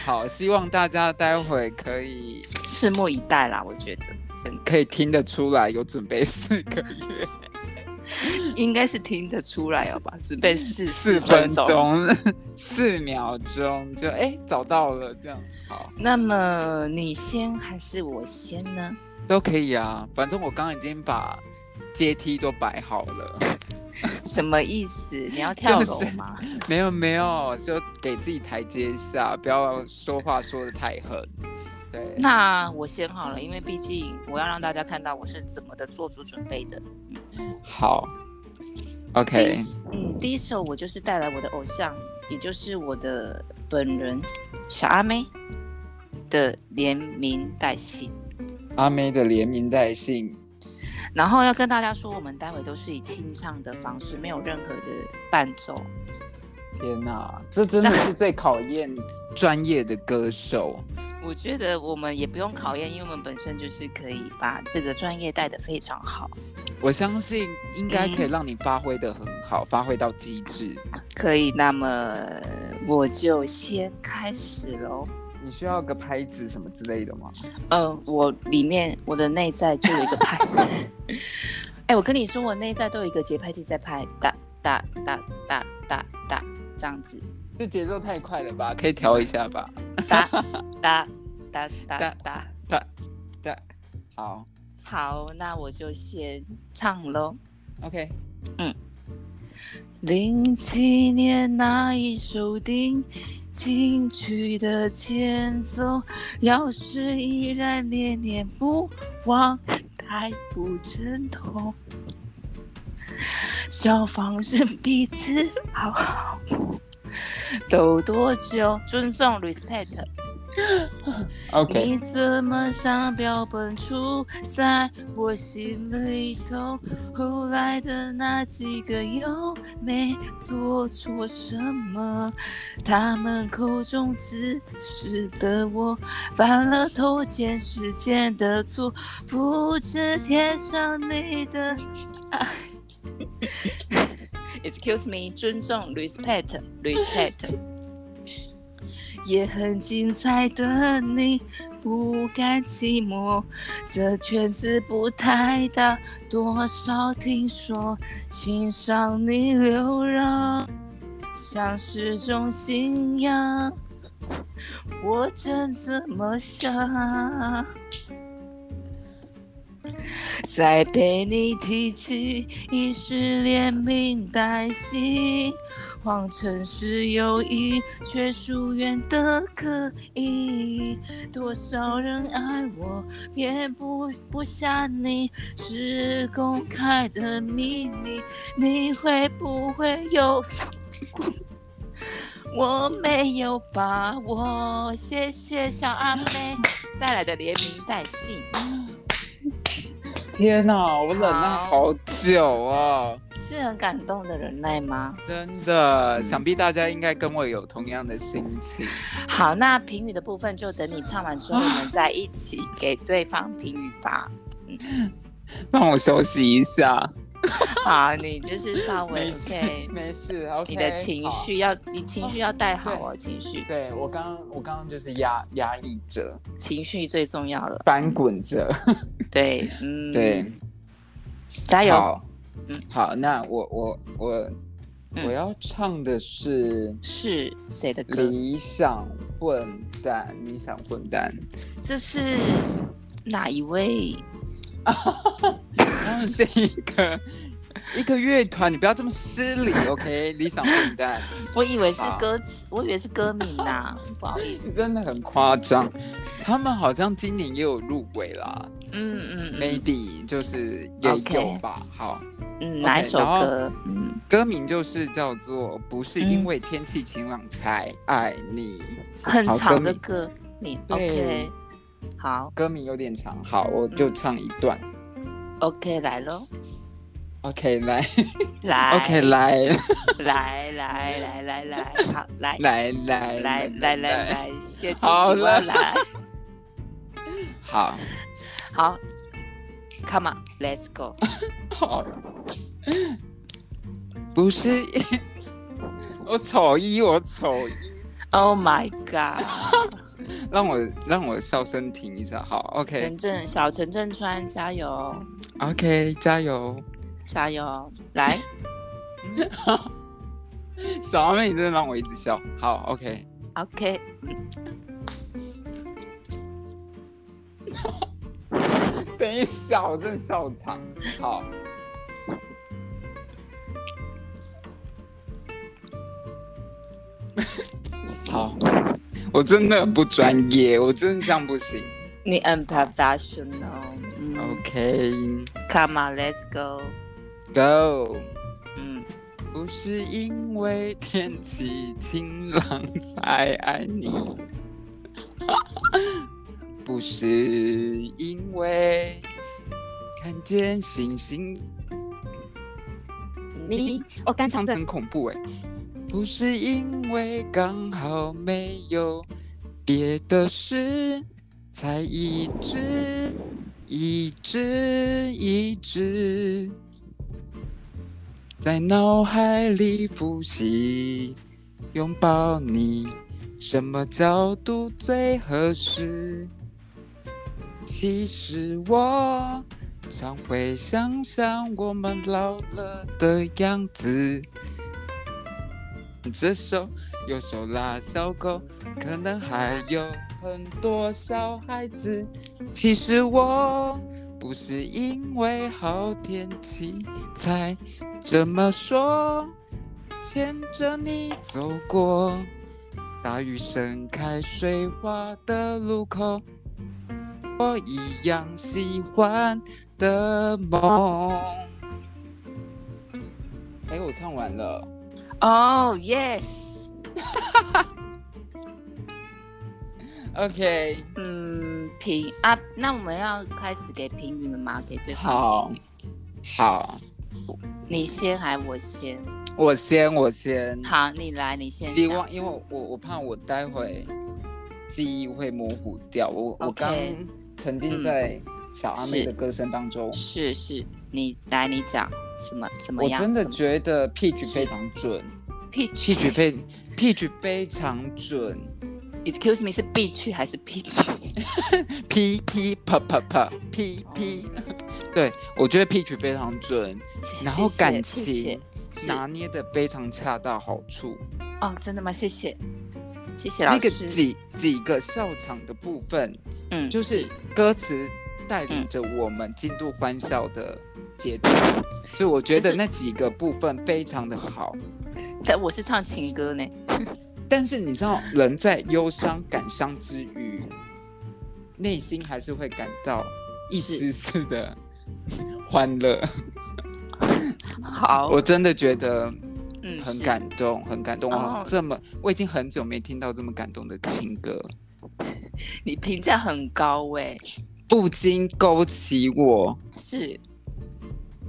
S2: 好，希望大家待会可以
S1: 拭目以待啦，我觉得真的
S2: 可以听得出来有准备四个月，
S1: 应该是听得出来了吧？准备四
S2: 四分
S1: 分。
S2: 钟四秒钟就哎、找到了，这样好
S1: 那么你先还是我先呢？
S2: 都可以啊。反正我刚刚已经把阶梯都摆好了，
S1: 什么意思？你要跳楼吗？
S2: 没有没有，就给自己台阶下，不要说话说的太狠。对，
S1: 那我先好了，因为毕竟我要让大家看到我是怎么的做足准备的。
S2: 好，OK，
S1: 嗯，第一首我就是带来我的偶像，也就是我的本人小阿妹的连名带姓。
S2: 阿妹的连名带姓，
S1: 然后要跟大家说，我们待会都是以清唱的方式，没有任何的伴奏。
S2: 天哪，这真的是最考验专业的歌手。
S1: 我觉得我们也不用考验，因为我们本身就是可以把这个专业带得非常好。
S2: 我相信应该可以让你发挥的很好，发挥到极致。
S1: 可以，那么我就先开始喽。
S2: 你需要个拍子什么之类的吗？
S1: 呃，我里面我的内在就有一个 拍，哎、我跟你说，我内在都有一个节拍器在拍，哒哒哒哒哒哒，这样子，
S2: 这节奏太快了吧？可以调一下吧？
S1: 哒哒哒哒哒。
S2: 哒哒，好
S1: 好，那我就先唱喽。
S2: ，OK。
S1: 零七年那一首定情曲的前奏，要是依然念念不忘，太不阵痛。消防是彼此好好斗多久？尊重 respect。
S2: OK，
S1: 你怎么像标本杵在我心里头？后来的那几个又没做错什么？他们口中自私的我，犯了偷窃时间的错，复制贴上你的 爱。Excuse me，尊重，respect，respect。也很精彩的你，不甘寂寞。这圈子不太大，多少听说欣赏你流浪，像是种信仰。我真这么想，再被你提起，已是连名带姓。谎称是友谊，却疏远的可以。多少人爱我，也不不下你，是公开的秘密。你会不会有？我没有把握。谢谢小阿妹带来的连名带嗯姓。
S2: 天哪，我忍耐好
S1: 好
S2: 久哦，
S1: 是很感动的忍耐吗？
S2: 真的，
S1: 嗯
S2: 想必大家应该跟我有同样的心情。
S1: 好，那评语的部分就等你唱完之后，我们再一起给对方评语吧。
S2: 让我休息一下，
S1: 好， 你就是稍微
S2: 没事
S1: OK，
S2: 没事，OK。
S1: 你的情
S2: 好，
S1: 绪要你情绪要带好哦，情绪
S2: 对我刚我刚刚就是压压抑着，
S1: 情绪最重要了。
S2: 翻滚着，
S1: 对，嗯，
S2: 对。，
S1: 加油。
S2: 好，
S1: 嗯
S2: 好，那我我我、
S1: 嗯
S2: 我要唱的是《
S1: 是谁的歌？
S2: 理想混蛋》，理想混蛋，
S1: 这是哪一位？
S2: 他们是一个 一个乐团，你不要这么失礼，OK？理想混蛋，
S1: 我以为是
S2: 好
S1: 歌词，我以为是歌名呐，不好意思。
S2: 是真的很夸张。他们好像今年也有入围啦、
S1: 嗯嗯
S2: m a y
S1: 嗯
S2: b e 就是也
S1: OK
S2: 有吧。好，
S1: 嗯，哪一
S2: OK，
S1: 首
S2: 然后
S1: 歌？嗯，
S2: 歌名就是叫做《不是因为天气晴朗才爱你》。
S1: 很
S2: 好
S1: 长的
S2: 歌名
S1: 歌名。
S2: 对
S1: OK，好
S2: 歌名有点长，好，我就唱一段。
S1: ，OK 来喽，
S2: OK，来
S1: 来
S2: ，OK，来，
S1: 来来来来来，好来。
S2: 来来
S1: 来来来，来，谢谢
S2: 好了
S1: 来，
S2: 好，
S1: 好，Come on，Let's go。
S2: 好，不是， 我丑一，我丑一，
S1: Oh my god！
S2: 让我让我笑声停一下，好
S1: 陈正小陈正川，加油
S2: ，OK，OK，加油，
S1: 加油！来，
S2: 小妹，你真的让我一直笑，好，OK，
S1: OK，
S2: 等一下，我真的笑场，好。好， 我真的很不专业，我真的这样不行。
S1: 你 unprofessional。嗯
S2: Oh. OK，
S1: ，Come on，Let's go。
S2: Go，
S1: 嗯，
S2: 不是因为天气晴朗才爱你， 不是因为看见星星，
S3: 你哦，刚唱
S2: 真的
S3: 的
S2: 很恐怖哎、不是因为刚好没有别的事，才一直一直一直在脑海里复习，拥抱你，什么角度最合适？其实我常会想想我们老了的样子。这手右手拉小狗，可能还有很多小孩子。其实我不是因为好天气才这么说，牵着你走过大雨盛开水花的路口，我一样喜欢的梦。哎，我唱完了。
S1: 哦、yes，
S2: OK，
S1: 嗯，评啊，那我们要开始给评语了吗？给对方，
S2: 好，好，
S1: 你先还我先？
S2: 我先，我先。
S1: 好，你来，你先讲。
S2: 希望，因为我我怕我待会记忆会模糊掉。我我
S1: OK
S2: 刚沉浸在小阿妹的歌声当中，
S1: 是是，你来，你讲怎么怎么
S2: 我
S1: 样？
S2: 真的
S1: 怎么
S2: 觉得 Peach 非常准
S1: B 区
S2: ，Peach 非 Peach 非常准
S1: ，excuse me，是 B 区还是 P 区？
S2: ，P P p p p P P，对我觉得 Peach 非常准，
S1: 谢
S2: 然后
S1: 谢
S2: 感
S1: 谢谢
S2: 情
S1: 是
S2: 拿捏的非常恰到好处。
S1: 哦，真的吗？谢谢，谢谢老
S2: 那个
S1: 师。
S2: 几几个笑场的部分，
S1: 嗯，
S2: 就是歌词带领着我们进入欢笑的节奏，
S1: 嗯
S2: 所以我觉得那几个部分非常的好。
S1: 但我是唱情歌呢。
S2: 但是你知道，人在忧伤、感伤之余，内心还是会感到一丝丝的欢乐。
S1: 好，
S2: 我真的觉得
S1: 哦嗯
S2: 很
S1: 是
S2: 感动，很感动。哇
S1: 哦，
S2: 这么我已经很久没听到这么感动的情歌，
S1: 你评价很高哎，
S2: 不禁勾起我
S1: 是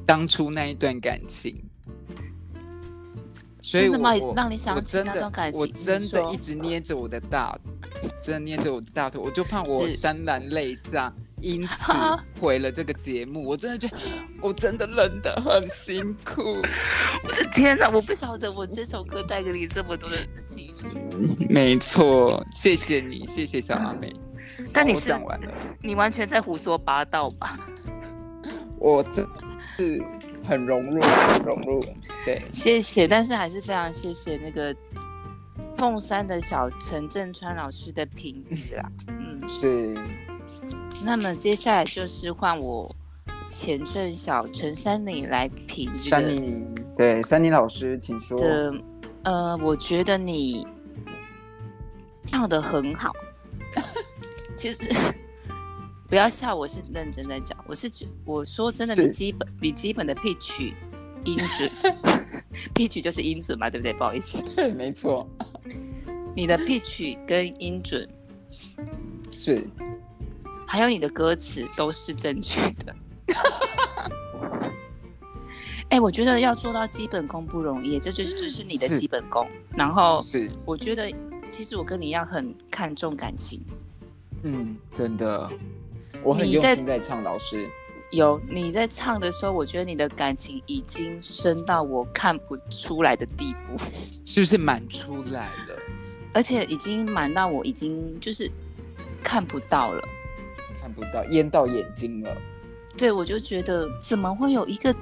S2: 当初那一段感情。所以
S1: 真
S2: 我
S1: 的吗
S2: 我
S1: 让你想
S2: 我
S1: 起
S2: 真
S1: 那
S2: 的
S1: 段感
S2: 我
S1: 情
S2: 真
S1: 你
S2: 的
S1: 说
S2: 一直捏着我的大，真的捏着我的大腿，我就怕我
S1: 是
S2: 潸然泪下，因此毁了这个节目。我真的觉得，我真的冷得很辛苦。
S1: 我的天哪，我不晓得我这首歌带给你这么多的情绪。
S2: 没错，谢谢你，谢谢小阿妹。
S1: 但
S2: 好
S1: 你
S2: 我
S1: 是
S2: 讲完了，
S1: 你完全在胡说八道吧？
S2: 我真是很融入，很融入。对，
S1: 谢谢，但是还是非常谢谢那个凤山的小陈振川老师的评语啦。嗯，
S2: 是
S1: 那么接下来就是换我前阵小陈珊妮来评这
S2: 珊
S1: 个
S2: 妮，对珊妮老师，请说。
S1: 的，呃，我觉得你唱的很好。 其实不要笑，我是认真在讲。我是觉，我说真的，
S2: 是
S1: 你基本你基本的 pitch 音准 ，pitch 就是音准嘛，对不对？不好意思，
S2: 对， 没错，
S1: 你的 pitch 跟音准，
S2: 是。
S1: 还有你的歌词都是正确的。 哎、我觉得要做到基本功不容易，这就是这是你的
S2: 是
S1: 基本功。然后
S2: 是，
S1: 我觉得其实我跟你一样很看重感情。
S2: 嗯，真的，我很
S1: 你
S2: 用
S1: 在
S2: 心在唱老师，
S1: 有你在唱的时候，我觉得你的感情已经深到我看不出来的地步，
S2: 是不是满出来了？
S1: 而且已经满到我已经就是看不到了。
S2: 看不到，淹到眼睛了。
S1: 对，我就觉得怎么会有一个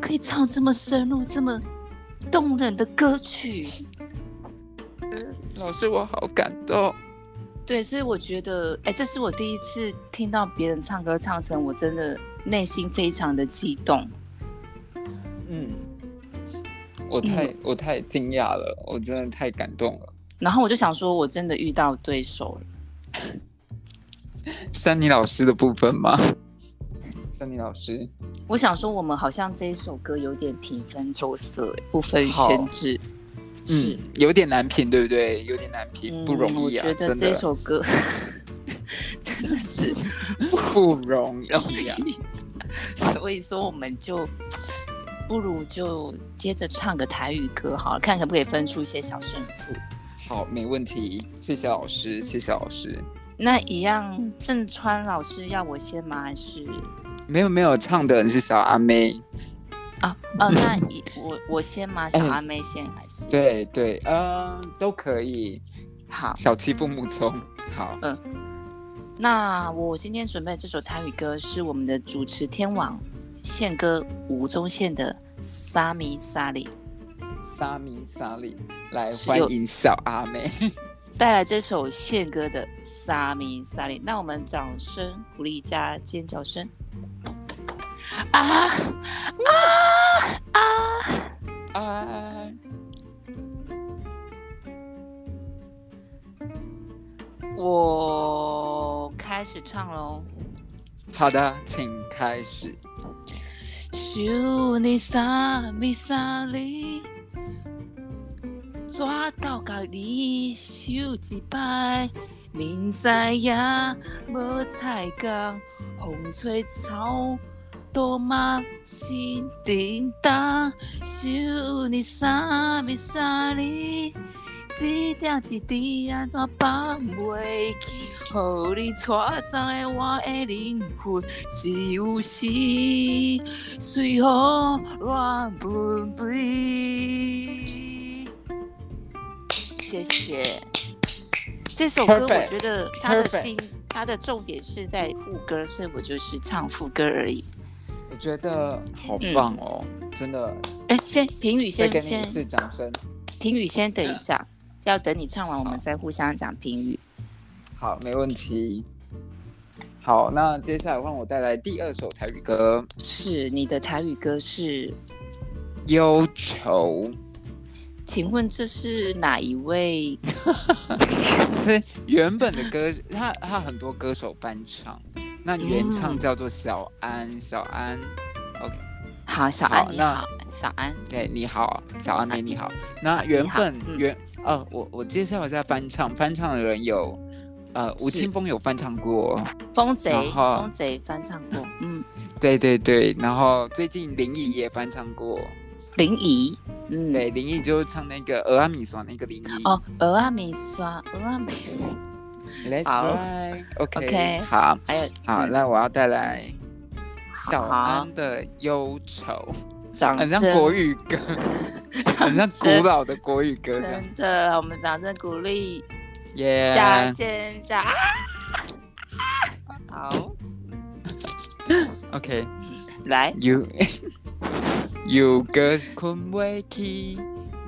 S1: 可以唱这么深入、这么动人的歌曲？
S2: 老师，我好感动。
S1: 对，所以我觉得，哎、这是我第一次听到别人唱歌唱成，我真的内心非常的激动。
S2: 嗯，我太、
S1: 嗯
S2: 我太惊讶了，我真的太感动了。
S1: 然后我就想说，我真的遇到对手了。
S2: 珊妮老师的部分吗？珊妮老师，
S1: 我想说，我们好像这一首歌有点平分秋色，欸不分
S2: 好
S1: 轩制。是
S2: 嗯，，有点难评，对不对？有点难
S1: 嗯
S2: 评，不容易啊，
S1: 我觉得
S2: 真
S1: 这
S2: 的。
S1: 首歌 真的是，
S2: 不容易啊！
S1: 所以说我们就不如就接着唱个台语歌好了，看可不可以分出一些小胜负。
S2: 好，没问题，谢谢老师，谢谢老师。
S1: 那一样，郑川老师要我先吗？还是
S2: 嗯没有没有，唱的人是小阿妹。
S1: 啊哦，那一我我先吗？小
S2: 哎
S1: 阿妹先还是？，
S2: 对对，呃，都可以。
S1: 好，
S2: 小欺负木聪，好，
S1: 那我今天准备这首台语歌是我们的主持天王宪哥吴宗宪的《沙弥沙里》，
S2: 沙米沙里来
S1: 是
S2: 欢
S1: 有
S2: 迎小阿妹。
S1: 带来这首宪哥的《沙弥沙里》，那我们掌声鼓励加尖叫声。啊啊啊！
S2: 啊，
S1: 我开始唱喽。
S2: 好的，请开始。
S1: 想你三米三里，抓到甲你手一摆，明知也无彩工，风吹草多嘛心叮当。想你三米三里，一点一滴安怎放袂记？互你带走的我的灵魂，只有是。随风乱纷飞。谢谢。这首歌我
S2: Perfect，
S1: 觉得它的
S2: perfect
S1: 精，它的重点是在副歌，所以我就是唱副歌而已。
S2: 我觉得好棒哦，真的，
S1: 哎，先评语
S2: 再
S1: 嗯先
S2: 给你一
S1: 先
S2: 次掌声。
S1: 评语先等一下，要等你唱完我们再互相讲评语。
S2: 好，没问题。好，那接下来换我带来第二首台语歌
S1: 是你的台语歌是？
S2: 《忧愁》，
S1: 请问这是哪一位？
S2: 这原本的歌，它它很多歌手翻唱，那原唱
S1: 嗯
S2: 叫做小安，小安。
S1: 好，小安
S2: 好
S1: 你
S2: 那
S1: 好，小安。
S2: 对，哎你好，小阿妹，你好。那原
S1: 啊你好
S2: 本
S1: 嗯
S2: 原呃，我我介绍一下翻唱，翻唱的人有呃吴
S1: 是
S2: 青峰有翻唱过，
S1: 风贼，
S2: 然后
S1: 风贼翻唱过，嗯，
S2: 对对对，然后最近林毅也翻唱过，
S1: 林怡，嗯，
S2: 对，林毅就唱那个《俄阿米索》那个林毅。
S1: 哦，俄阿米刷，俄阿米，
S2: Let's
S1: 好
S2: try，OK，、
S1: OK
S2: 好，
S1: 还有
S2: 好，
S1: 嗯
S2: 那我要带来小
S1: 好
S2: 安的忧愁，
S1: 掌
S2: 很像
S1: 声，
S2: 国语歌， 很像古老的国语歌这样，
S1: 真的，我们掌声鼓励，
S2: 耶、
S1: 加尖加啊！好，
S2: o k
S1: 来，
S2: 有有个困袂去，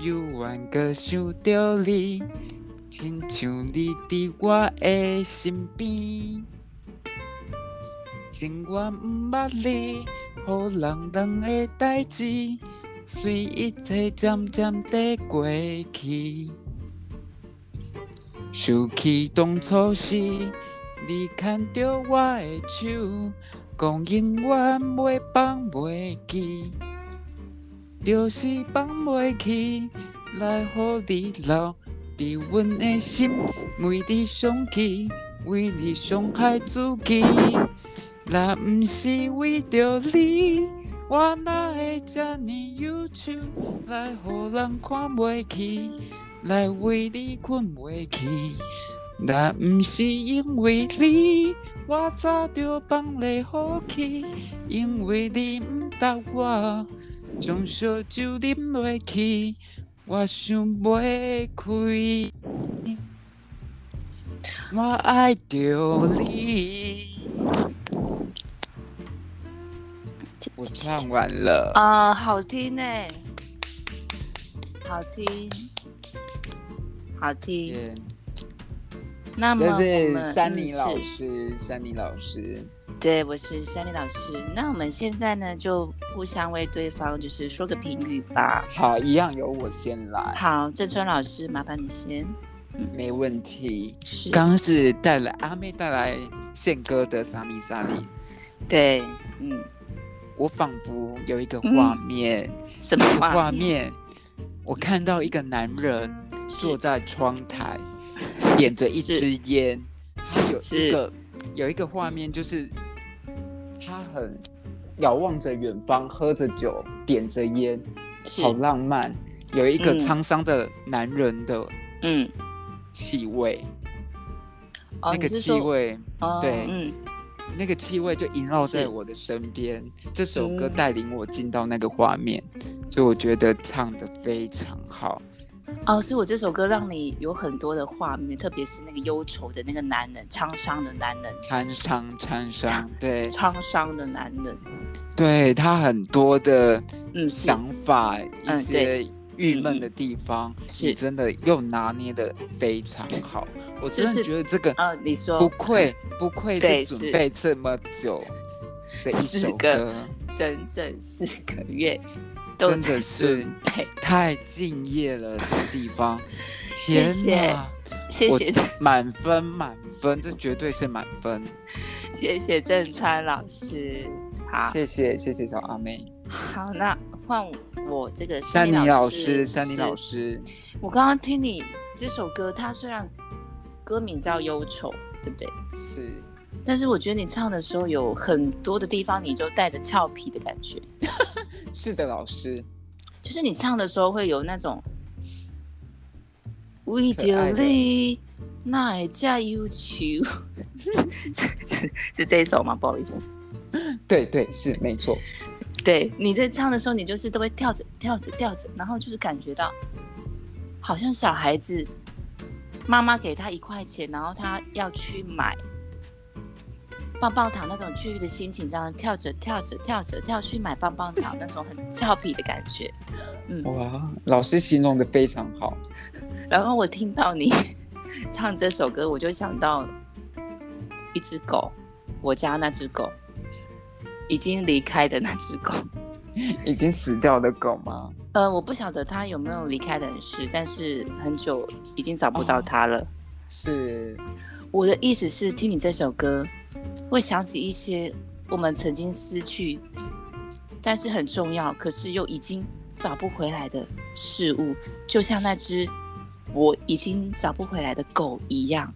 S2: 有缘个想着你，亲像你伫我的身边。情我毋捌你，好人人的代志，随一切渐渐地过去。想起当初时，你牵着我的手。讲永远袂放袂记，就是放袂去，来予你留伫阮的心，为你想起，为你伤害自己。若毋是为着你，我哪会遮尼忧愁，来予人看袂起，来为你困袂去。若毋是因为你，我早就放你好去，因为你毋答我，将烧酒啉落去，我想袂开。我爱着你。我唱完了，
S1: 啊，好听呢，好听，好听。
S2: 耶
S1: 那么嗯
S2: 这
S1: 我
S2: 是
S1: 们
S2: 山妮
S1: 嗯
S2: 老
S1: 是
S2: 师，山妮老师，
S1: 对，我是山林老师。那我们现在呢，就互相为对方就是说个评语吧。
S2: 好，一样由我先来，
S1: 好，郑川老师，麻烦你先。
S2: 没问题。
S1: 是，
S2: 刚是带来阿妹带来宪哥的《萨米萨利》，
S1: 对，嗯，
S2: 我仿佛有一个画面，
S1: 什么嗯
S2: 画
S1: 画
S2: 面，我看到一个男人
S1: 是
S2: 坐在窗台，点着一
S1: 是
S2: 支烟，有一
S1: 是
S2: 个有一个画面，就是他很遥望着远方，喝着酒，点着烟，
S1: 是
S2: 好浪漫。有一个
S1: 嗯
S2: 沧桑的男人的
S1: 嗯，
S2: 气味，
S1: 哦，
S2: 那
S1: 你
S2: 个
S1: 是
S2: 气
S1: 说，
S2: 味，
S1: 哦
S2: 对
S1: 嗯，
S2: 那个气味就萦绕在
S1: 是
S2: 我的身边。这首歌
S1: 嗯
S2: 带领我进到那个画面，所以我觉得唱的非常好。
S1: 哦，是我这首歌让你有很多的画面，特别是那个忧愁的那个男人，沧桑的男人，
S2: 沧桑，沧桑，对，
S1: 沧桑的男人，
S2: 对他很多的
S1: 嗯，是
S2: 想法，一
S1: 嗯
S2: 些
S1: 对嗯
S2: 郁闷的地方，
S1: 是
S2: 你真的又拿捏的非常好。我
S1: 是
S2: 真
S1: 不
S2: 的
S1: 是
S2: 觉得这个
S1: 啊，你说
S2: 不 愧不愧是
S1: 对
S2: 准
S1: 是
S2: 备这么久的一
S1: 四
S2: 首
S1: 个
S2: 歌，
S1: 整整四个月都
S2: 真的是
S1: 配，
S2: 太敬业了。这个地方，
S1: 谢
S2: 天
S1: 谢
S2: 哪！
S1: 谢
S2: 我
S1: 谢
S2: 满分满分，这绝对是满分。
S1: 谢谢正川老师。好，
S2: 谢谢谢谢小阿妹，
S1: 好，那换我这个
S2: 珊妮老师，
S1: 师，
S2: 珊妮老
S1: 师，
S2: 师，
S1: 我刚刚听你这首歌，它虽然歌名叫《忧愁》，对不对？
S2: 是
S1: 但是我觉得你唱的时候有很多的地方，你就带着俏皮的感觉，
S2: 是的，老师。
S1: 就是你唱的时候会有那种为
S2: 可爱
S1: 着
S2: 的
S1: 你，那会这忧愁， 是是是这一首吗？不好意思，
S2: 对对是没错，
S1: 对，你在唱的时候，你就是都会跳着跳着跳着，然后就是感觉到，好像小孩子，妈妈给他一块钱，然后他要去买棒棒糖那种雀跃的心情，这样跳着跳着跳着跳去买棒棒糖，那种很俏皮的感觉。
S2: 哇，老师形容的非常好，
S1: 然后我听到你 唱这首歌，我就想到一只狗，我家那只狗，已经离开的那只狗。
S2: 已经死掉的狗吗？
S1: 呃，我不晓得他有没有离开人世，但是很久已经找不到他了。
S2: 是，
S1: 我的意思是，听你这首歌，会想起一些我们曾经失去，但是很重要，可是又已经找不回来的事物，就像那只我已经找不回来的狗一样。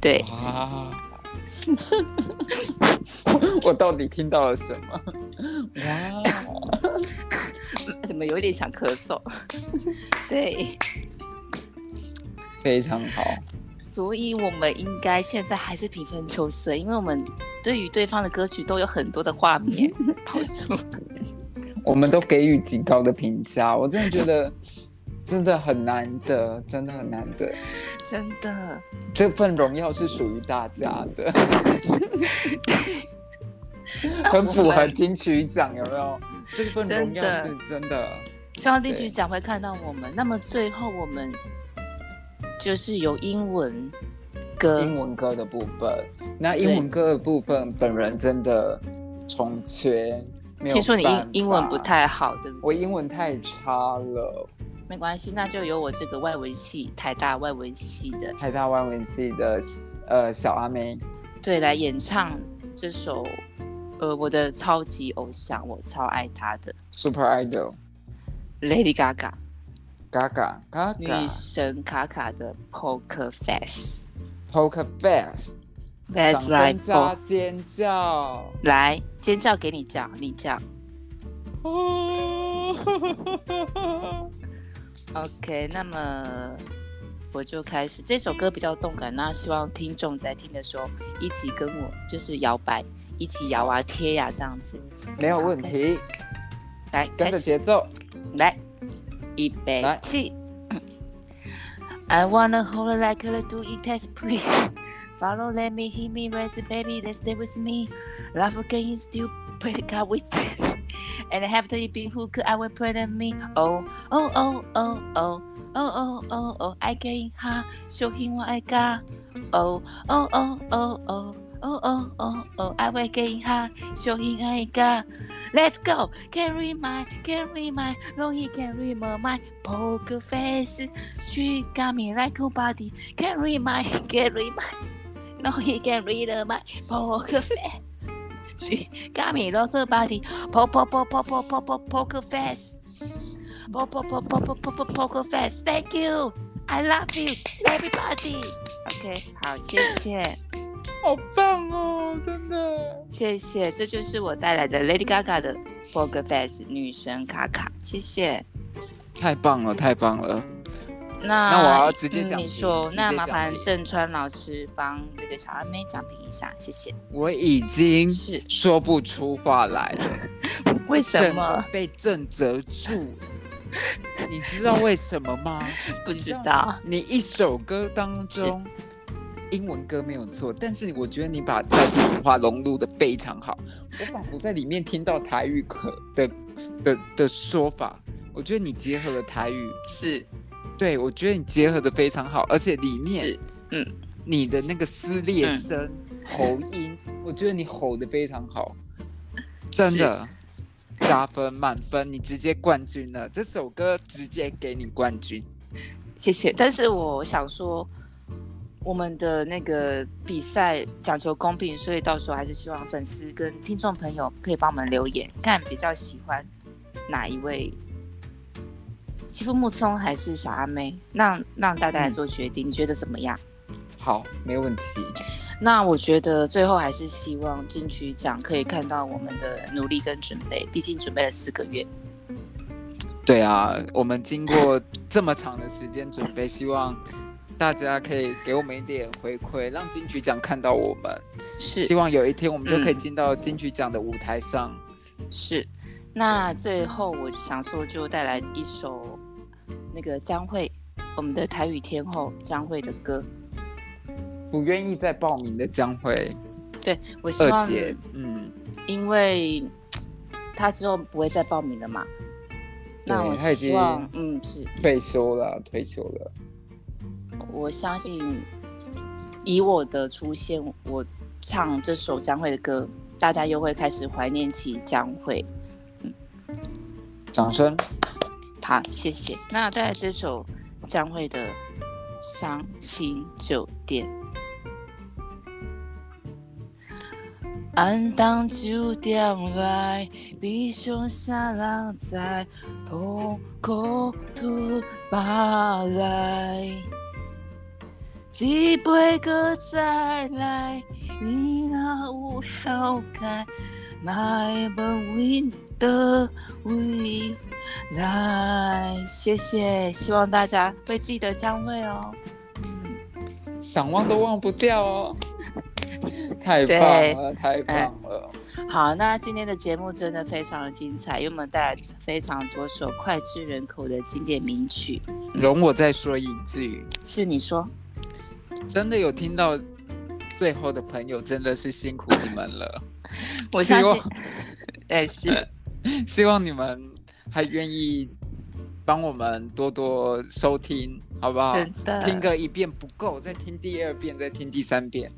S1: 对，
S2: 哇， 我到底听到了什么？哇，
S1: 怎么有点想咳 嗽？对，
S2: 非常好，
S1: 所以我们应该现在还是平分秋色，因为我们对于对方的歌曲都有很多的画 面跑出。
S2: 我们都给予极高的评价，我真的觉得真的很难得，真的很难得，
S1: 真的，
S2: 这份荣耀是属于大家的，很符合金曲奖，有没有？这份荣耀是真的，
S1: 希望金曲奖会看到我们。那么最后我们就是有英文歌，
S2: 英文歌的部分。那英文歌的部分，本人真的重缺，没有
S1: 听说你
S2: 办法
S1: 英英文不，太好，对不对？
S2: 我英文太差了，
S1: 没关系，那就由我这个外文系台大外文系的
S2: 台大外文系的呃小阿妹，
S1: 对来演唱这首呃我的超级偶像，我超爱他的
S2: Super Idol
S1: Lady Gaga。
S2: Gaga
S1: 女
S2: Gaga
S1: 神卡卡的 Poker Face。
S2: Poker Face，掌
S1: That's
S2: 声
S1: right，
S2: 加
S1: po-
S2: 尖叫。
S1: 来尖叫给你叫，你叫。OK，那么我就开始这首歌比较动感，那希望听众在听的时候一起跟我就是摇摆，一起摇啊贴呀、这样子。
S2: 没有问题，
S1: 来，
S2: 跟
S1: 开
S2: 着
S1: 始。
S2: 节奏。
S1: 来，预备
S2: 来
S1: 起。I wanna hold it like I do it as please. Follow, let me hit me, raise it, baby, let's stay with me. Love again, you still break up with And have to be who could I will pray to me. Oh, oh, oh, oh, oh. Oh, oh, oh, oh, I get high, show him what I got. Oh, oh, oh, oh, oh. Oh, oh, oh, oh, I will get high, show him I got. Let's go, carry my, carry my, long he carry my, my poker face. She got me like a body, carry my, carry my, long he carry the my poker face. She got me like a body, po po po po po po po poker face. Po po po po po po po poker face. Thank you, I love you, everybody. OK，好，谢谢。
S2: 好棒哦，真的。
S1: 谢谢，这就是我带来的 Lady Gaga 的 Poker Face 女神卡卡，谢谢。
S2: 太棒了，太棒了！
S1: 那
S2: 那我要直接
S1: 嗯
S2: 讲
S1: 你
S2: 评
S1: 说
S2: 直，接
S1: 那麻
S2: 讲
S1: 烦
S2: 评
S1: 郑川老师帮这个小阿妹讲评一下，谢谢。
S2: 我已经
S1: 是
S2: 说不出话来了，
S1: 为什
S2: 整
S1: 么
S2: 个被震折住了？你知道为什么吗？
S1: 不
S2: 你
S1: 知
S2: 道
S1: 道？
S2: 你一首歌当中，英文歌没有错，但是我觉得你把在地文化融入的非常好。我仿佛在里面听到台语可的的的说法，我觉得你结合了台语，
S1: 是
S2: 对我觉得你结合的非常好，而且里面
S1: 是，嗯，
S2: 你的那个撕裂
S1: 嗯
S2: 声、喉音，我觉得你吼的非常 好，真的。加分满分，你直接冠军了！这首歌直接给你冠军。
S1: 谢谢，但是我想说，我们的那个比赛讲求公平，所以到时候还是希望粉丝跟听众朋友可以帮我们留言，看比较喜欢哪一位，欺负木聪还是小阿妹，让让大
S2: 嗯
S1: 家来做决定，你觉得怎么样？
S2: 好，没问题。
S1: 那我觉得最后还是希望金曲奖可以看到我们的努力跟准备，毕竟准备了四个月。
S2: 对啊，我们经过这么长的时间准备，希望大家可以给我们一点回馈，让金曲奖看到我们。希
S1: 是
S2: 望有一天我们就可以
S1: 嗯
S2: 进到金曲奖的舞台上。
S1: 是，那最后我想说，就带来一首那个江蕙，我们的台语天后江蕙的歌。
S2: 不愿意再报名的将会
S1: 对我希
S2: 二
S1: 望，
S2: 姐，嗯，
S1: 因为她之后不会再报名了嘛。那
S2: 对
S1: 我
S2: 她已
S1: 希望
S2: 经，
S1: 嗯，是
S2: 退休了，退休了。
S1: 我相信，以我的出现，我唱这首江蕙的歌，大家又会开始怀念起江蕙。
S2: 掌声，
S1: 好，谢谢。那带来这首江蕙的《伤心酒店》。暗淡酒店内，悲伤啥人知？痛苦吐巴来，一杯搁再来，你若有了解，莫问阮倒位来，谢谢，希望大家会记得姜味哦。
S2: 想忘都忘不掉哦。 太
S1: 对哎
S2: 棒了，太棒了！
S1: 好，那今天的节目真的非常的精彩，因为我们带来非常多首脍炙人口的经典名曲。
S2: 容我再说一句，
S1: 是你说，
S2: 真的有听到最后的朋友，真的是辛苦你们了。
S1: 我
S2: 希
S1: 相
S2: 望
S1: 信， 对，是
S2: 希望你们还愿意帮我们多多收听，好不好？
S1: 真的。
S2: 听个一遍不够，再听第二遍，再听第三遍。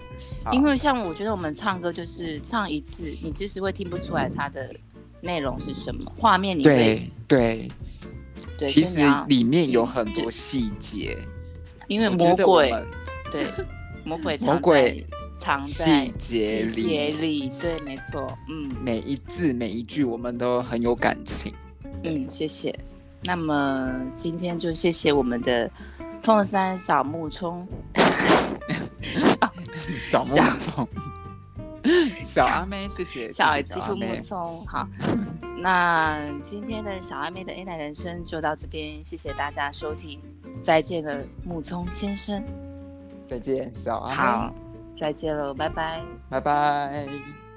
S2: 好
S1: 因为像我觉得我们唱歌就是唱一次，你其实会听不出来它的内容是什么，画面你会
S2: 对对，
S1: 对，
S2: 其
S1: 所以
S2: 实
S1: 你要啊
S2: 里面有很多细节。
S1: 因为
S2: 我觉
S1: 魔
S2: 得我
S1: 鬼
S2: 们
S1: 对魔鬼
S2: 魔
S1: 藏
S2: 鬼
S1: 在藏在
S2: 细节
S1: 细
S2: 里
S1: 里，对，没错，嗯。
S2: 每一字每一句，我们都很有感情。
S1: 嗯，谢谢。那么今天就谢谢我们的凤山小木冲，
S2: 小木 虫，小阿妹，谢谢
S1: 小
S2: 谢谢
S1: 欺
S2: 阿
S1: 负木
S2: 妹，
S1: 冲。 好，那今天的小阿妹的 A 奶人生就到这边，谢谢大家收听，再见了，木冲先生。
S2: 再见，小阿妹，
S1: 好，再见喽，拜拜。
S2: 拜拜。